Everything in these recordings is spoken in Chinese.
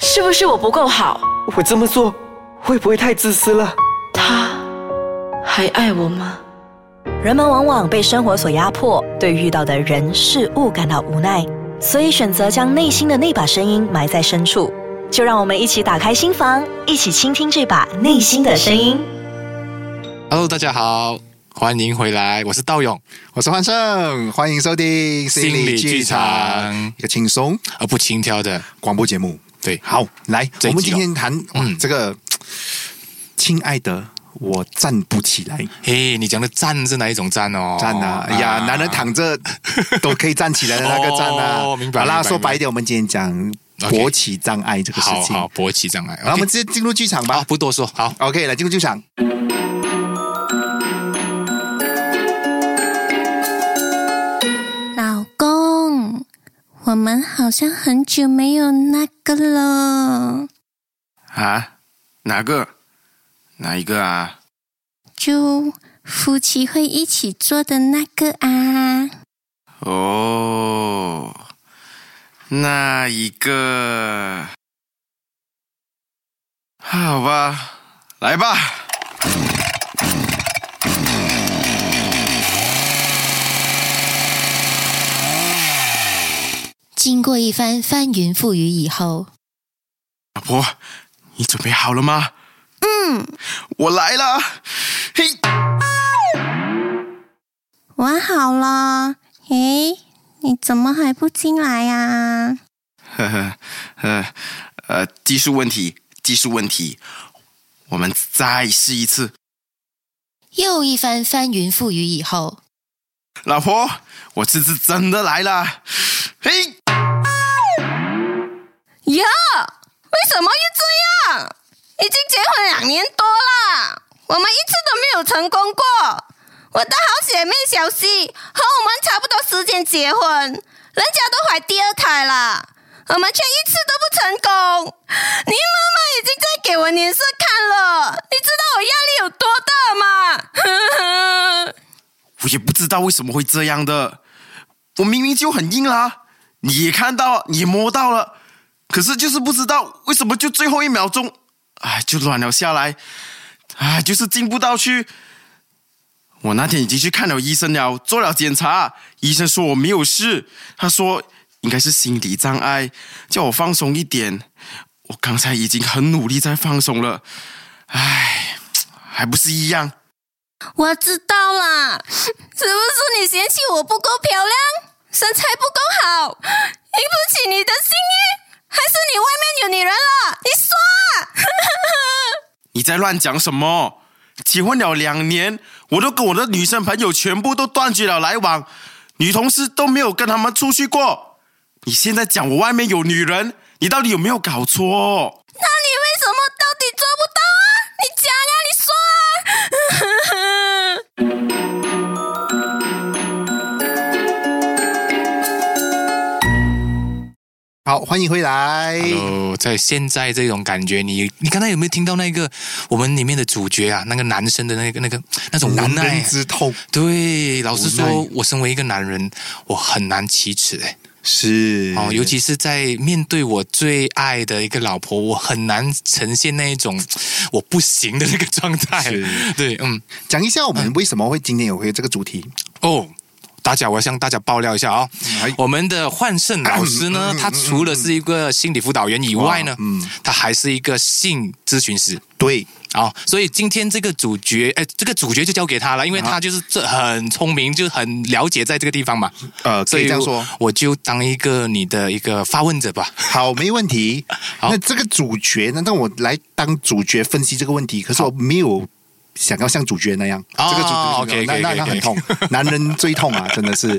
是不是我不够好？我这么做会不会太自私了？他还爱我吗？人们往往被生活所压迫，对遇到的人事物感到无奈，所以选择将内心的那把声音埋在深处。就让我们一起打开心房，一起倾听这把内心的声音。 Hello，大家好，欢迎回来，我是道勇，我是焕胜，欢迎收听心理剧场一个轻松而不轻佻的。广播节目。对好，来，这我一们集今哦天谈哇嗯这个，亲爱的，我站不起来，嘿，你讲的站是哪一种站哦？站啊！哎呀，男人躺着都可以站起来的那个站啊哦，明白好啦，明白说白一点，我们今天讲 OK 勃起障碍这个事好情。好，勃起障碍。然后我 OK 们直接进入剧场吧好，。不多说，好， OK，来进入剧场。老公，我们好像很久没有那个了，啊？哪个？哪一个啊？就夫妻会一起做的那个啊。哦，那一个，好吧，来吧。经过一番翻云覆雨以后，老婆，你准备好了吗？嗯，我来了。嘿，玩好了，诶，你怎么还不进来啊？呵呵， 呃呃，技术问题，技术问题，我们再试一次。又一番翻云覆雨以后，老婆，我这次真的来了。嘿。呀，为什么又这样？已经结婚两年多了，我们一次都没有成功过。我的好姐妹小西和我们差不多时间结婚，人家都怀第二胎了，我们却一次都不成功。你妈妈已经在给我脸色看了，你知道我压力有多大吗？ 我也不知道为什么会这样的。我明明就很硬啦，你也看到，你也摸到了，可是就是不知道为什么就最后一秒钟，哎，就软了下来，哎，就是进不到去。我那天已经去看了医生了，做了检查，医生说我没有事，他说应该是心理障碍，叫我放松一点。我刚才已经很努力在放松了，哎，还不是一样。我知道啦，是不是你嫌弃我不够漂亮，身材不够好，引不起你的心意，还是你外面有女人了？你说啊！你在乱讲什么？结婚了两年，我都跟我的女生朋友全部都断绝了来往，女同事都没有跟他们出去过。你现在讲我外面有女人，你到底有没有搞错？那你为什么到底做不到啊？你讲啊，你说啊！好，欢迎回来。哦，在现在这种感觉，你你刚才有没有听到那个我们里面的主角啊，那个男生的那个那个那种无男奈人啊？之痛对，老实说无，我身为一个男人，我很难启齿哎。是哦，尤其是在面对我最爱的一个老婆，我很难呈现那一种我不行的那个状态是。对，嗯，讲一下我们为什么会今天有会这个主题。哦。大家，我要向大家爆料一下哦哎，嗯我们的焕胜老师呢，他除了是一个心理辅导员以外呢，他还是一个性咨询师。对，哦，所以今天这个主角，哎，这个主角就交给他了，因为啊他就是这很聪明，就很了解在这个地方嘛。呃，可所以以这样说我。我就当一个你的一个发问者吧。好，没问 题。好那这个主角呢？让我来当主角分析这个问题。可是我没有想要像主角那样，哦这个主角 OK，OK，OK，那那那 OK，OK 很痛，男人最痛啊，真的是。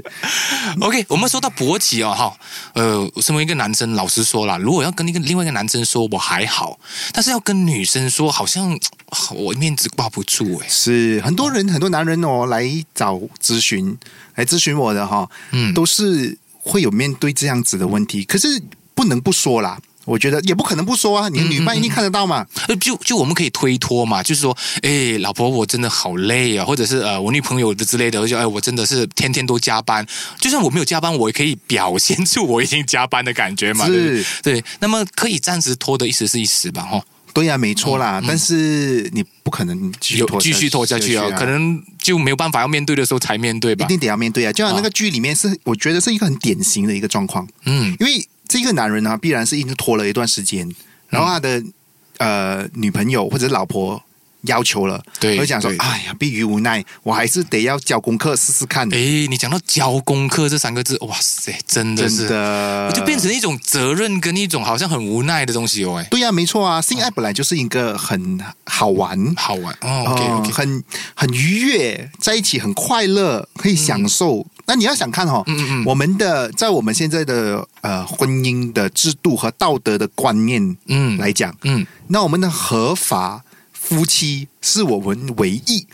OK，我们说到勃起哦，哈，呃，身为一个男生，老实说啦，如果要跟一个另外一个男生说我还好，但是要跟女生说，好像 我面子挂不住哎、是很多人，很多男人哦，来找咨询，来咨询我的哈、嗯都是会有面对这样子的问题。可是不能不说啦，我觉得也不可能不说啊，嗯你的女伴一定看得到嘛。呃，就就我们可以推脱嘛，就是说，哎，老婆，我真的好累啊，或者是呃，我女朋友的之类的，我就哎，我真的是天天都加班，就算我没有加班，我也可以表现出我已经加班的感觉嘛，对不是对对，那么可以暂时拖的一时是一时吧，哈、对呀、没错啦，嗯嗯但是你不可能继续有拖继续拖下去啊，可能就没有办法要面对的时候才面对一吧，定得要面对啊。就像那个剧里面是，我觉得是一个很典型的一个状况，嗯因为这个男人呢、必然是一直拖了一段时间，然后他的、呃女朋友或者老婆要求了，对而讲说对，哎呀，逼于无奈，我还是得要交功课试试看，哎，你讲到交功课这三个字，哇塞，真的是，真的就变成一种责任跟一种好像很无奈的东西哦，哎，对呀、没错啊，性爱本来就是一个很好玩。好玩哦，OK 呃 OK，很很愉悦，在一起很快乐，可以享受。那你要想看哦，嗯嗯我们的在我们现在的呃婚姻的制度和道德的观念嗯来讲，嗯，那我们的合法夫妻是我们唯一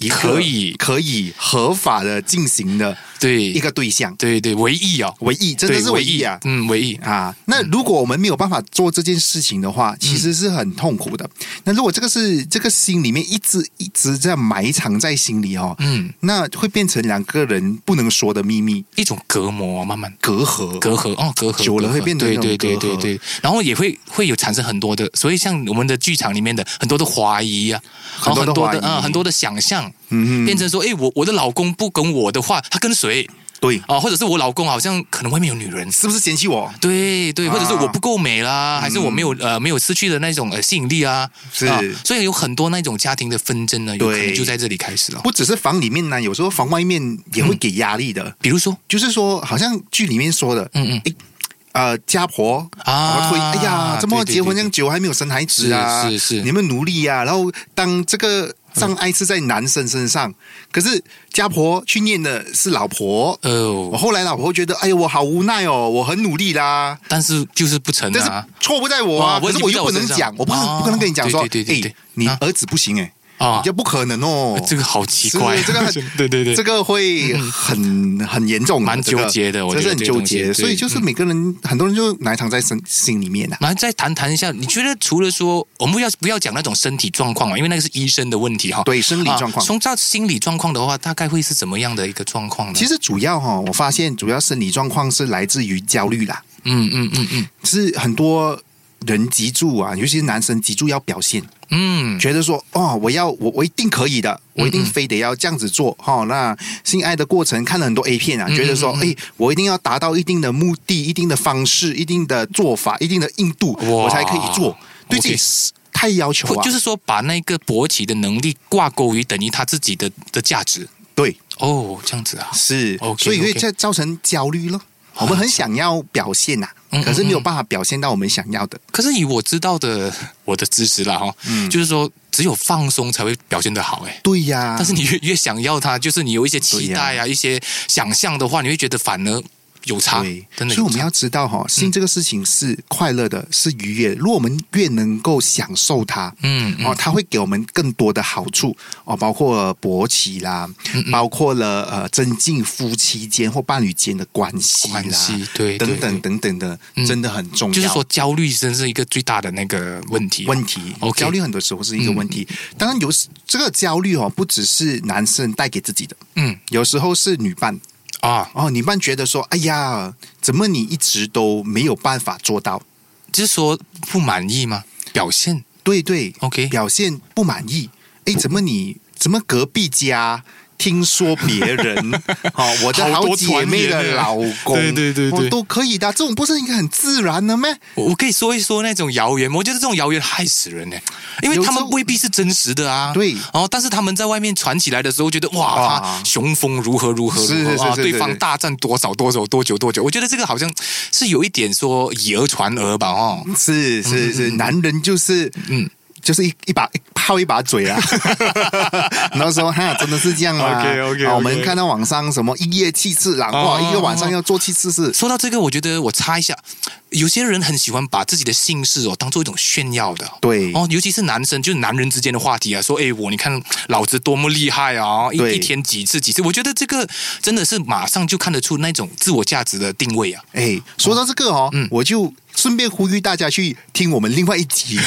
一个可以可以合法的进行的对，一个对象，对对，唯一哦，唯一真的对是唯一啊。嗯，唯一，啊，那如果我们没有办法做这件事情的话，嗯其实是很痛苦的。那如果这个是这个心里面一直一直在埋藏在心里哦，嗯，那会变成两个人不能说的秘密一种隔膜，啊慢慢隔阂。隔阂哦，隔阂久了隔阂会变成对那种对对隔对阂对，然后也会会有产生很多的，所以像我们的剧场里面的很多的怀疑啊，然后很很多多的的怀疑啊很多的想象，嗯哼变成说，哎，我我的老公不跟我的话，他跟谁对，啊？或者是我老公好像可能外面有女人。是不是嫌弃我？对对，啊嗯或者是我不够美啦，还是我没有呃没有失去的那种呃吸引力啊，是啊所以有很多那种家庭的纷争呢，有可能对就在这里开始了。不只是房里面呢，啊有时候房外面也嗯会给压力的。比如说，就是说，好像剧里面说的，嗯嗯诶，呃，家婆啊推，哎呀，怎么对对结婚对这样久还没有生孩子啊？是是是你们努力啊。然后当这个障碍是在男生身上，可是家婆去念的是老婆。我呃，后来老婆觉得，哎呀，我好无奈哦，我很努力啦，但是就是不成但是啊，错不在我啊，哦可问是题我不在又我不能身上讲，我不能哦不可能跟你讲说，对对对对哎，你啊儿子不行哎，啊这不可能哦，这个好奇怪啊、是这个很 对对对，这个会很很严重的，蛮这个纠结的我真是觉得这很个纠东西结。对嗯所以就是每个人很多人就埋藏在心心里面的。啊然后再谈谈一下，你觉得除了说我们不要不要讲那种身体状况嘛，因为那个是医生的问题哈、对生理状啊况从到心理状况的话，大概会是怎么样的一个状况呢？其，实主要哈、我发现主要生理状况是来自于焦虑啦，嗯嗯嗯嗯是很多人脊柱啊，尤其是男生脊柱要表现，嗯，觉得说哦，我要我我一定可以的，我一定嗯嗯非得要这样子做哈、那性爱的过程看了很多 A 片啊，觉得说嗯嗯哎，我一定要达到一定的目的、一定的方式、一定的做法、一定的硬度，哇我才可以做，对自己 OK 是太要求会啊，就是说把那个勃起的能力挂钩于等于他自己的的价值对哦，这样子啊，是 OK，所以 OK 啊会这造成焦虑咯。我们很想要表现呐、啊嗯嗯可是没有办法表现到我们想要的。可是以我知道的我的知识啦哈、嗯就是说只有放松才会表现得好哎。对呀、但是你越越想要它，就是你有一些期待啊对啊，一些想象的话，你会觉得反而有差，对，真的有差。嗯所以我们要知道哈、性这个事情是快乐的，是愉悦的。如果我们越能够享受它，嗯哦，它会给我们更多的好处哦，包括勃起啦，嗯包括了呃增进夫妻间或伴侣间的关系啦，关系对等对对等等等的，嗯真的很重要。就是说焦虑真是一个最大的那个问题。啊问题 OK 嗯焦虑很多时候是一个问题。当然有时这个焦虑哦，不只是男生带给自己的，嗯有时候是女伴啊，哦，女伴觉得说，哎呀，怎么你一直都没有办法做到？就是说不满意吗？表现对对 OK 表现不满意，哎，怎么你怎么隔壁家？听说别 人，哦，我的好好多姐妹传言的啊老公，对对对对哦都可以的，这种不是应该很自然的咩？我我可以说一说那种谣言吗，我觉得这种谣言害死人呢、欸因为有时他候们未必是真实的啊。对哦，但是他们在外面传起来的时候，觉得哇，哇他雄风如何如何如何是是是啊，是对是方大战多少多少多久多久，我觉得这个好像是有一点说以讹传讹吧，哦。是是是，男人就是嗯。就是一一把泡一把 嘴啊，然后说哈，真的是这样吗 OK，OK，OK 啊我们看到网上什么一夜七次郎，哦哇，一个晚上要做七次事，说到这个，我觉得我插一下，有些人很喜欢把自己的姓氏哦当做一种炫耀的，对哦，尤其是男生，就是男人之间的话题啊，说哎我你看老子多么厉害啊，一对一天几次几次，我觉得这个真的是马上就看得出那种自我价值的定位啊。哎，说到这个哦，嗯我就顺便呼吁大家去听我们另外一 集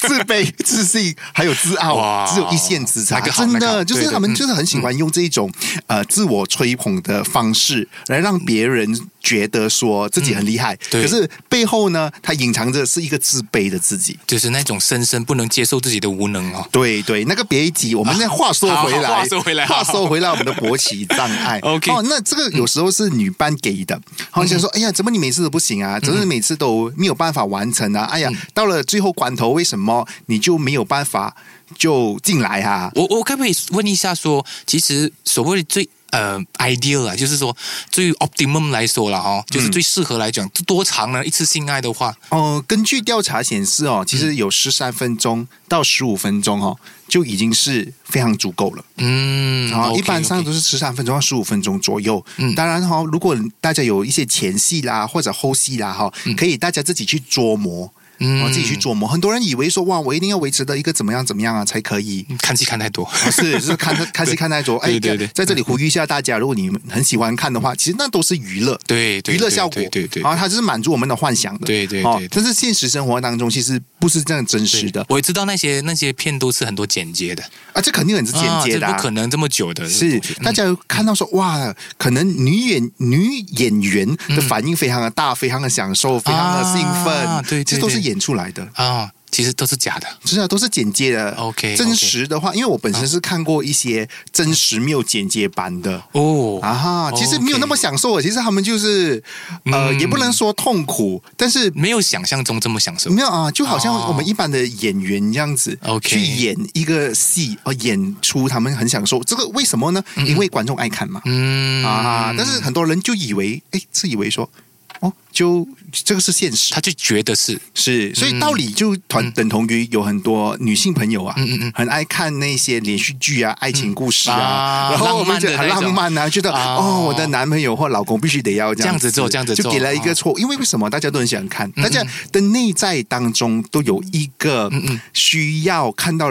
自卑、自信还有自傲，哇只有一线之差。那个好真那个的好就是对对他们嗯就是很喜欢用这一种呃自我吹捧的方式来让别人觉得说自己很厉害，嗯对可是背后呢，他隐藏着是一个自卑的自己。就是那种深深不能接受自己的无能哦。对对，那个别一急，我们再话说回啊来，好好话说回来话好说回来，我们的勃起障碍 OK 嗯哦，那这个有时候是女伴给的，好像说，哎呀，怎么你每次都不行啊？怎么你每次都没有办法完成嗯啊？哎呀，到了最后关头，为什么你就没有办法就进来啊？我我可不可以问一下说，其实所谓最呃 ideal 啊，就是说最 optimum 来说了哈、哦，嗯就是最适合来讲，多长呢？一次性爱的话，哦，根据调查显示哦，其嗯实有十三分钟到十五分钟哦，就已经是非常足够了。嗯，啊， OK，一般上 OK 都是十三分钟到十五分钟左右。嗯当然哈、如果大家有一些前戏啦或者后戏啦哈、可以大家自己去琢磨，嗯哦，自己去琢磨。很多人以为说哇，我一定要维持的一个怎么样怎么样啊才可以。嗯看戏看太多， 不是，就是看 看戏看太多。哎，对对对在这里呼吁一下大家，如果你们很喜欢看的话，其实那都是娱乐，对对娱乐效果，对对对对然后它就是满足我们的幻想的，对对对哦对。但是现实生活当中其实不是这样真实的我也知道那些那些片都是很多剪接的，啊，这肯定很是间接的、啊啊这不可能这么久的，是这个东西，大家看到说哇，可能女演女演员的反应非常的大，非常的享受，非常的兴奋啊，对对这都是对演出来的，啊、其实都是假的，是啊，都是剪接的。 OK，OK 真实的话，因为我本身是看过一些真实没有剪接版的。哦啊哈，其实没有那么 OK 享受，其实他们就是，呃，嗯也不能说痛苦，但是没有想象中这么享受没有啊，就好像哦我们一般的演员这样子 OK 去演一个戏，呃，演出他们很享受，这个为什么呢？因为观众爱看嘛。嗯啊，但是很多人就以为，哎，自以为说，哦，就这个是现实，他就觉得是嗯是，所以道理就团、等同于有很多女性朋友啊，嗯嗯嗯很爱看那些连续剧啊、爱情故事啊，啊然后我浪漫们的觉得很那种浪漫啊，觉得啊哦，我的男朋友或老公必须得要这这样样子做这样子嗯就做给了一个错，因为为什么大家都很喜欢看，大家的内在当中都有一个嗯需要看到。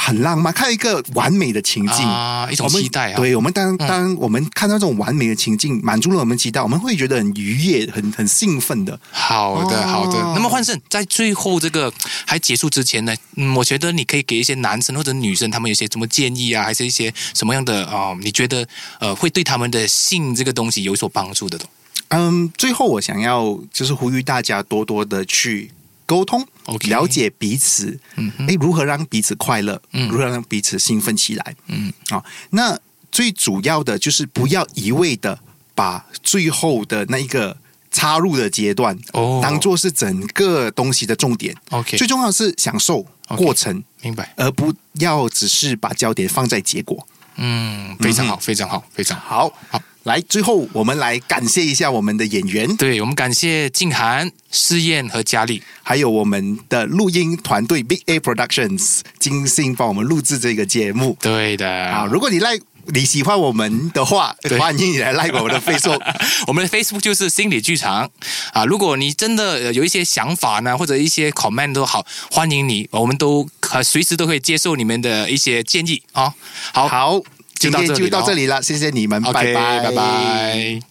很浪漫，看到一个完美的情境啊一种我们期待啊对我们当当我们看到这种完美的情境，满足了我们期待，我们会觉得很愉悦、很很兴奋的。好的，好的哦。那么焕胜在最后这个还结束之前呢，嗯，我觉得你可以给一些男生或者女生他们有些什么建议啊，还是一些什么样的啊、你觉得呃会对他们的性这个东西有所帮助的东嗯，最后我想要就是呼吁大家多多的去沟通 OK 了解彼此，嗯，哎，如何让彼此快乐，嗯，如何让彼此兴奋起来，嗯，啊、那最主要的就是不要一味的把最后的那一个插入的阶段，哦当做是整个东西的重点。 OK 最重要的是享受 OK 过程。明白？而不要只是把焦点放在结果。嗯，非常好，非常好，非常好。好，好，来，最后我们来感谢一下我们的演员，对我们感谢静涵、试验和佳丽。还有我们的录音团队 Big A Productions 精心帮我们录制这个节目对的，啊！如果你来你喜欢我们的话，对欢迎你来 like 我们的 Facebook。我们的 Facebook 就是心理剧场啊。如果你真的呃有一些想法呢，或者一些 comment 都好，欢迎你，我们都呃随时都可以接受你们的一些建议啊。好，好，就今到天这里就到了哦这里了，谢谢你们， OK，拜拜，拜拜。